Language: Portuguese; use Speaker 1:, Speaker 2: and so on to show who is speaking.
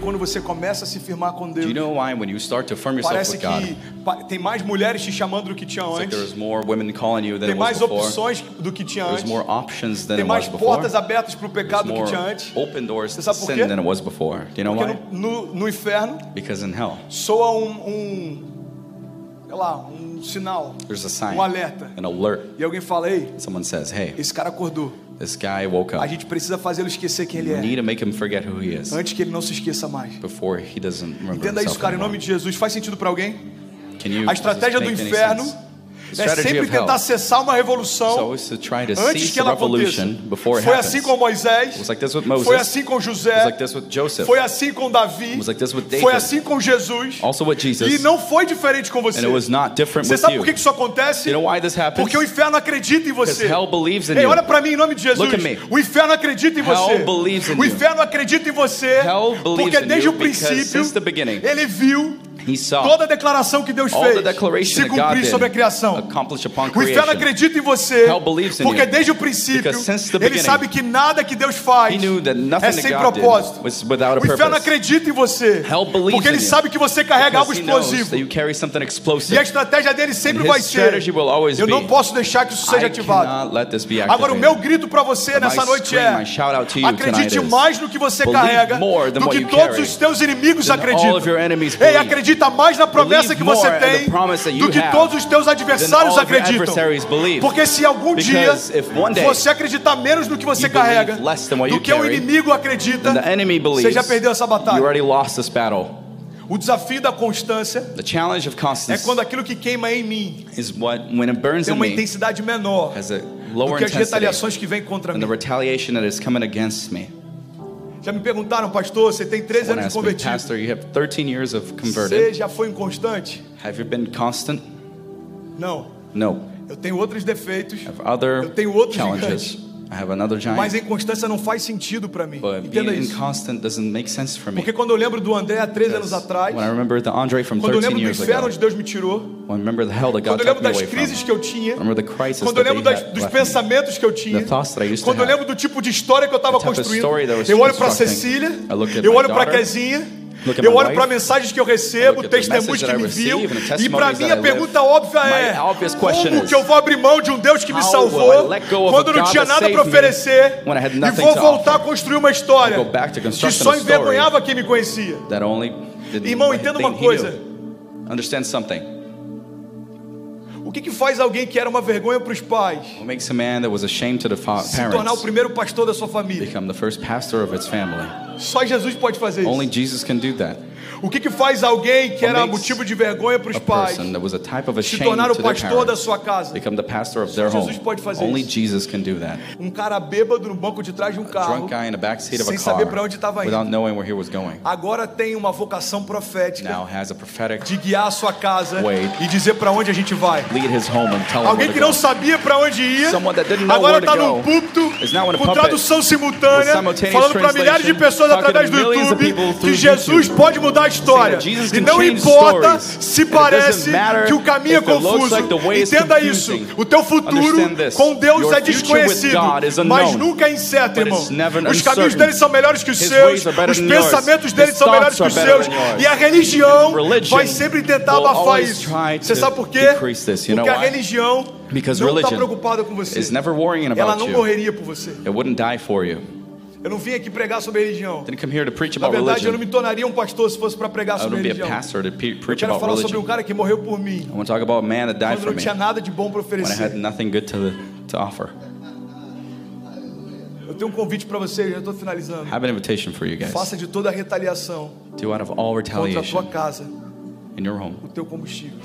Speaker 1: quando você começa a se firmar com
Speaker 2: Do
Speaker 1: Deus,
Speaker 2: you know why when you start to firm yourself
Speaker 1: parece
Speaker 2: with God,
Speaker 1: que
Speaker 2: it's
Speaker 1: pa- tem mais mulheres te chamando do que tinha
Speaker 2: like
Speaker 1: antes.
Speaker 2: there's more women calling you than
Speaker 1: Tem
Speaker 2: it was
Speaker 1: mais
Speaker 2: before.
Speaker 1: opções do que tinha
Speaker 2: There's
Speaker 1: antes.
Speaker 2: more options than
Speaker 1: Tem
Speaker 2: it
Speaker 1: mais
Speaker 2: was before.
Speaker 1: portas abertas para o
Speaker 2: There's
Speaker 1: pecado do que
Speaker 2: more
Speaker 1: tinha antes.
Speaker 2: open doors
Speaker 1: Você
Speaker 2: to
Speaker 1: sabe por quê?
Speaker 2: sin than it was before. Do you know
Speaker 1: Porque
Speaker 2: why?
Speaker 1: no, no- no inferno
Speaker 2: Because in hell,
Speaker 1: soa um, um, sei lá, um sinal,
Speaker 2: there's a sign,
Speaker 1: um alerta.
Speaker 2: an alert.
Speaker 1: E alguém fala, ei,
Speaker 2: Someone says, hey,
Speaker 1: esse cara acordou.
Speaker 2: this guy woke
Speaker 1: A
Speaker 2: up.
Speaker 1: gente precisa fazê-lo esquecer quem ele
Speaker 2: We need
Speaker 1: é,
Speaker 2: to make him forget who he is
Speaker 1: antes que ele não se esqueça mais.
Speaker 2: before he doesn't remember
Speaker 1: Entenda isso,
Speaker 2: himself
Speaker 1: cara, em
Speaker 2: anymore.
Speaker 1: nome de Jesus. Faz sentido para alguém?
Speaker 2: Can you,
Speaker 1: A
Speaker 2: does this
Speaker 1: estratégia do
Speaker 2: make any
Speaker 1: inferno
Speaker 2: sense? The
Speaker 1: É
Speaker 2: strategy
Speaker 1: sempre
Speaker 2: of hell
Speaker 1: tentar cessar uma
Speaker 2: is
Speaker 1: revolução
Speaker 2: always to try to
Speaker 1: antes
Speaker 2: cease
Speaker 1: que
Speaker 2: the
Speaker 1: ela aconteça.
Speaker 2: revolution before it
Speaker 1: Foi
Speaker 2: happens.
Speaker 1: assim com Moisés,
Speaker 2: It was like this with Moses.
Speaker 1: foi assim com
Speaker 2: It was
Speaker 1: José,
Speaker 2: like this with Joseph.
Speaker 1: foi assim com Davi,
Speaker 2: It was like this with David.
Speaker 1: foi assim com Jesus.
Speaker 2: Also with Jesus.
Speaker 1: E não foi diferente com você.
Speaker 2: And it was not different
Speaker 1: Você
Speaker 2: with
Speaker 1: sabe
Speaker 2: you.
Speaker 1: por que que isso acontece?
Speaker 2: You know why this happens?
Speaker 1: Porque o inferno acredita em
Speaker 2: Because
Speaker 1: você.
Speaker 2: hell believes in
Speaker 1: Ei,
Speaker 2: you.
Speaker 1: olha pra mim em nome de Jesus.
Speaker 2: Look at me.
Speaker 1: O inferno acredita em
Speaker 2: Hell
Speaker 1: você.
Speaker 2: believes in
Speaker 1: o
Speaker 2: you.
Speaker 1: inferno acredita em você.
Speaker 2: Hell believes
Speaker 1: porque
Speaker 2: in
Speaker 1: desde
Speaker 2: you
Speaker 1: o
Speaker 2: because
Speaker 1: princípio
Speaker 2: since the beginning,
Speaker 1: ele viu
Speaker 2: He saw
Speaker 1: toda a declaração que Deus
Speaker 2: all
Speaker 1: fez
Speaker 2: the declaration
Speaker 1: se
Speaker 2: that God
Speaker 1: cumprir
Speaker 2: did
Speaker 1: sobre a criação.
Speaker 2: accomplished upon
Speaker 1: O inferno
Speaker 2: creation.
Speaker 1: acredita em você.
Speaker 2: Hell believes in
Speaker 1: Porque
Speaker 2: you.
Speaker 1: desde o princípio
Speaker 2: Because since the
Speaker 1: ele
Speaker 2: beginning,
Speaker 1: sabe que nada que Deus faz
Speaker 2: He knew that nothing
Speaker 1: é
Speaker 2: that
Speaker 1: sem
Speaker 2: God did
Speaker 1: propósito.
Speaker 2: was without a
Speaker 1: O inferno
Speaker 2: purpose.
Speaker 1: acredita em você.
Speaker 2: Hell believes
Speaker 1: Porque ele
Speaker 2: in you.
Speaker 1: sabe que você carrega algo
Speaker 2: Because he knows
Speaker 1: explosivo.
Speaker 2: that you carry something explosive.
Speaker 1: E a estratégia dele sempre
Speaker 2: And his
Speaker 1: vai ser:
Speaker 2: strategy will always
Speaker 1: eu não
Speaker 2: be,
Speaker 1: posso deixar que isso seja
Speaker 2: I
Speaker 1: ativado.
Speaker 2: cannot let this be
Speaker 1: Agora, o
Speaker 2: activated.
Speaker 1: meu grito pra você
Speaker 2: But my
Speaker 1: nessa noite
Speaker 2: scream,
Speaker 1: é:
Speaker 2: my shout out to you
Speaker 1: acredite
Speaker 2: tonight is,
Speaker 1: mais no que você
Speaker 2: believe
Speaker 1: carrega
Speaker 2: more than
Speaker 1: do
Speaker 2: what
Speaker 1: que
Speaker 2: you
Speaker 1: todos
Speaker 2: carry,
Speaker 1: os teus inimigos
Speaker 2: than all
Speaker 1: acreditam.
Speaker 2: of your enemies
Speaker 1: Ei,
Speaker 2: believe.
Speaker 1: acredita mais na promessa que
Speaker 2: Believe
Speaker 1: você
Speaker 2: more in
Speaker 1: tem
Speaker 2: the promise that
Speaker 1: do
Speaker 2: you
Speaker 1: que
Speaker 2: have
Speaker 1: todos os teus adversários
Speaker 2: all of your
Speaker 1: acreditam.
Speaker 2: adversaries believe.
Speaker 1: Porque se algum dia
Speaker 2: Because if one day
Speaker 1: você acreditar menos no que você
Speaker 2: you believe
Speaker 1: carrega
Speaker 2: less than what
Speaker 1: do
Speaker 2: you
Speaker 1: que o
Speaker 2: carry,
Speaker 1: inimigo acredita,
Speaker 2: And the enemy
Speaker 1: você
Speaker 2: believes
Speaker 1: já perdeu essa
Speaker 2: you
Speaker 1: batalha.
Speaker 2: already lost this battle.
Speaker 1: O desafio da constância
Speaker 2: The challenge of
Speaker 1: é
Speaker 2: constance
Speaker 1: quando aquilo que queima em mim
Speaker 2: is what when it burns
Speaker 1: tem
Speaker 2: in
Speaker 1: uma
Speaker 2: me
Speaker 1: intensidade menor.
Speaker 2: has a
Speaker 1: do
Speaker 2: lower
Speaker 1: que as
Speaker 2: intensity
Speaker 1: retaliações que vêm contra
Speaker 2: and the
Speaker 1: mim.
Speaker 2: retaliation that is coming against me.
Speaker 1: Já me perguntaram, pastor, você tem 13
Speaker 2: Someone
Speaker 1: anos de
Speaker 2: asked me,
Speaker 1: convertido.
Speaker 2: Pastor, you have 13 years of
Speaker 1: Você
Speaker 2: converted.
Speaker 1: já foi inconstante?
Speaker 2: Have you been constant?
Speaker 1: Não.
Speaker 2: No.
Speaker 1: Eu tenho outros defeitos,
Speaker 2: I have other
Speaker 1: Eu tenho outro
Speaker 2: challenges. I have another
Speaker 1: mas
Speaker 2: giant.
Speaker 1: a inconstância não faz sentido pra mim.
Speaker 2: But being
Speaker 1: Entenda isso.
Speaker 2: inconstant doesn't make sense for me.
Speaker 1: Porque quando eu lembro do André há 3 anos atrás,
Speaker 2: When I remember the Andre from
Speaker 1: quando eu
Speaker 2: 13
Speaker 1: lembro do
Speaker 2: years
Speaker 1: inferno
Speaker 2: ago,
Speaker 1: onde Deus me tirou,
Speaker 2: when I remember the hell that
Speaker 1: quando
Speaker 2: God
Speaker 1: eu lembro
Speaker 2: took me
Speaker 1: das
Speaker 2: away
Speaker 1: crises
Speaker 2: from,
Speaker 1: que eu tinha,
Speaker 2: remember the crisis
Speaker 1: quando eu
Speaker 2: that
Speaker 1: lembro
Speaker 2: they
Speaker 1: das-
Speaker 2: had
Speaker 1: dos
Speaker 2: left me.
Speaker 1: pensamentos que eu tinha,
Speaker 2: né? The thoughts that I used to
Speaker 1: quando eu
Speaker 2: have.
Speaker 1: lembro do tipo de história que eu estava
Speaker 2: The type of
Speaker 1: construindo,
Speaker 2: story that I was
Speaker 1: eu olho para
Speaker 2: constructing.
Speaker 1: Cecília,
Speaker 2: I look at
Speaker 1: eu
Speaker 2: my
Speaker 1: olho para
Speaker 2: daughter,
Speaker 1: Kezinha,
Speaker 2: look at
Speaker 1: eu
Speaker 2: my
Speaker 1: olho
Speaker 2: wife,
Speaker 1: para mensagens que eu
Speaker 2: I look
Speaker 1: recebo, é
Speaker 2: at the
Speaker 1: testemunhos que
Speaker 2: message that I
Speaker 1: me
Speaker 2: receiam,
Speaker 1: viam,
Speaker 2: and the
Speaker 1: e para
Speaker 2: testimonies
Speaker 1: mim
Speaker 2: that
Speaker 1: a
Speaker 2: I
Speaker 1: pergunta
Speaker 2: live.
Speaker 1: óbvia
Speaker 2: My
Speaker 1: é:
Speaker 2: obvious question
Speaker 1: como
Speaker 2: is,
Speaker 1: que eu vou abrir mão de um Deus que me
Speaker 2: how will I
Speaker 1: salvou
Speaker 2: let go of
Speaker 1: quando
Speaker 2: a
Speaker 1: não
Speaker 2: God
Speaker 1: tinha
Speaker 2: that
Speaker 1: nada para
Speaker 2: saved me
Speaker 1: oferecer
Speaker 2: when I had
Speaker 1: e
Speaker 2: nothing
Speaker 1: vou
Speaker 2: to
Speaker 1: voltar a
Speaker 2: offer?
Speaker 1: construir uma história
Speaker 2: I'll go back to
Speaker 1: que
Speaker 2: constructing
Speaker 1: só
Speaker 2: a story.
Speaker 1: envergonhava quem me conhecia?
Speaker 2: that only did
Speaker 1: Irmão, entenda uma
Speaker 2: thing he knew.
Speaker 1: coisa.
Speaker 2: Understand something.
Speaker 1: O que, que faz alguém que era uma vergonha para os pais
Speaker 2: What makes a man that was ashamed to the fa-
Speaker 1: se tornar o
Speaker 2: parents
Speaker 1: primeiro pastor da sua família?
Speaker 2: become the first pastor of his family?
Speaker 1: Só Jesus pode fazer isso.
Speaker 2: Only Jesus can do that.
Speaker 1: O que, que faz alguém que
Speaker 2: What
Speaker 1: era
Speaker 2: makes
Speaker 1: motivo de vergonha para os
Speaker 2: A
Speaker 1: pais
Speaker 2: person that was a type of a
Speaker 1: se
Speaker 2: shame
Speaker 1: tornar o
Speaker 2: to their
Speaker 1: pastor da
Speaker 2: parents
Speaker 1: sua casa?
Speaker 2: become the pastor of their
Speaker 1: Jesus
Speaker 2: home.
Speaker 1: pode fazer
Speaker 2: Only
Speaker 1: isso.
Speaker 2: Jesus can do that.
Speaker 1: Um cara bêbado no banco de trás de um carro,
Speaker 2: Drunk guy in the back seat of
Speaker 1: sem
Speaker 2: a
Speaker 1: saber para
Speaker 2: car
Speaker 1: onde estava
Speaker 2: without
Speaker 1: indo,
Speaker 2: knowing where he was going.
Speaker 1: agora tem uma vocação profética
Speaker 2: Now has a prophetic
Speaker 1: de guiar a sua casa
Speaker 2: Wait.
Speaker 1: e dizer para onde a gente vai.
Speaker 2: lead his home and tell him where
Speaker 1: Alguém
Speaker 2: to
Speaker 1: que não
Speaker 2: go.
Speaker 1: sabia para onde ia,
Speaker 2: Someone that didn't know
Speaker 1: agora
Speaker 2: where to
Speaker 1: está
Speaker 2: go
Speaker 1: num púlpito
Speaker 2: is now in a
Speaker 1: com
Speaker 2: pulpit
Speaker 1: tradução
Speaker 2: with
Speaker 1: simultânea,
Speaker 2: simultaneous
Speaker 1: falando para milhares de
Speaker 2: translation,
Speaker 1: pessoas
Speaker 2: talking
Speaker 1: através
Speaker 2: to
Speaker 1: do
Speaker 2: millions of
Speaker 1: YouTube
Speaker 2: people
Speaker 1: que
Speaker 2: through
Speaker 1: Jesus
Speaker 2: YouTube.
Speaker 1: pode mudar a história.
Speaker 2: Saying that Jesus
Speaker 1: E
Speaker 2: can
Speaker 1: não
Speaker 2: change
Speaker 1: importa
Speaker 2: stories.
Speaker 1: se
Speaker 2: And it doesn't
Speaker 1: parece
Speaker 2: matter
Speaker 1: que o caminho é
Speaker 2: if it looks
Speaker 1: confuso.
Speaker 2: like the way is
Speaker 1: Entenda isso.
Speaker 2: confusing.
Speaker 1: O teu futuro
Speaker 2: Understand this.
Speaker 1: com Deus
Speaker 2: Your
Speaker 1: é
Speaker 2: future with
Speaker 1: desconhecido,
Speaker 2: God is unknown.
Speaker 1: mas nunca é incerto,
Speaker 2: But
Speaker 1: irmão.
Speaker 2: it's never
Speaker 1: Os caminhos
Speaker 2: uncertain.
Speaker 1: dele são melhores que os
Speaker 2: His
Speaker 1: seus,
Speaker 2: ways are better
Speaker 1: os
Speaker 2: than yours.
Speaker 1: pensamentos
Speaker 2: His
Speaker 1: dele são melhores
Speaker 2: thoughts
Speaker 1: que os
Speaker 2: are better
Speaker 1: seus,
Speaker 2: than yours.
Speaker 1: e a religião
Speaker 2: Religion
Speaker 1: vai sempre tentar
Speaker 2: will
Speaker 1: abafar
Speaker 2: always
Speaker 1: isso.
Speaker 2: try
Speaker 1: Você
Speaker 2: to
Speaker 1: sabe por quê?
Speaker 2: decrease this. You know
Speaker 1: Porque a
Speaker 2: why?
Speaker 1: religião
Speaker 2: Because
Speaker 1: não está
Speaker 2: religion
Speaker 1: preocupada com você.
Speaker 2: Is never worrying
Speaker 1: Ela
Speaker 2: about
Speaker 1: não
Speaker 2: you.
Speaker 1: morreria por você.
Speaker 2: It wouldn't die for you.
Speaker 1: Eu não vim aqui pregar sobre religião.
Speaker 2: Didn't come here to preach
Speaker 1: Na
Speaker 2: about
Speaker 1: verdade, eu não
Speaker 2: religion.
Speaker 1: me tornaria um pastor se fosse para pregar
Speaker 2: I
Speaker 1: sobre
Speaker 2: wouldn't be a
Speaker 1: religião.
Speaker 2: pastor to pe-
Speaker 1: Eu
Speaker 2: preach
Speaker 1: quero
Speaker 2: about
Speaker 1: falar sobre um
Speaker 2: religion.
Speaker 1: cara que morreu por mim,
Speaker 2: I want to talk about a man that died
Speaker 1: quando
Speaker 2: for
Speaker 1: não
Speaker 2: me
Speaker 1: tinha nada de bom para
Speaker 2: when I had
Speaker 1: oferecer.
Speaker 2: nothing good to, to offer.
Speaker 1: Eu tenho um convite para você, eu já estou finalizando.
Speaker 2: I have an invitation for you guys.
Speaker 1: Faça de toda a retaliação
Speaker 2: Do out of all
Speaker 1: contra a
Speaker 2: retaliation
Speaker 1: tua casa
Speaker 2: in your home.
Speaker 1: o teu combustível.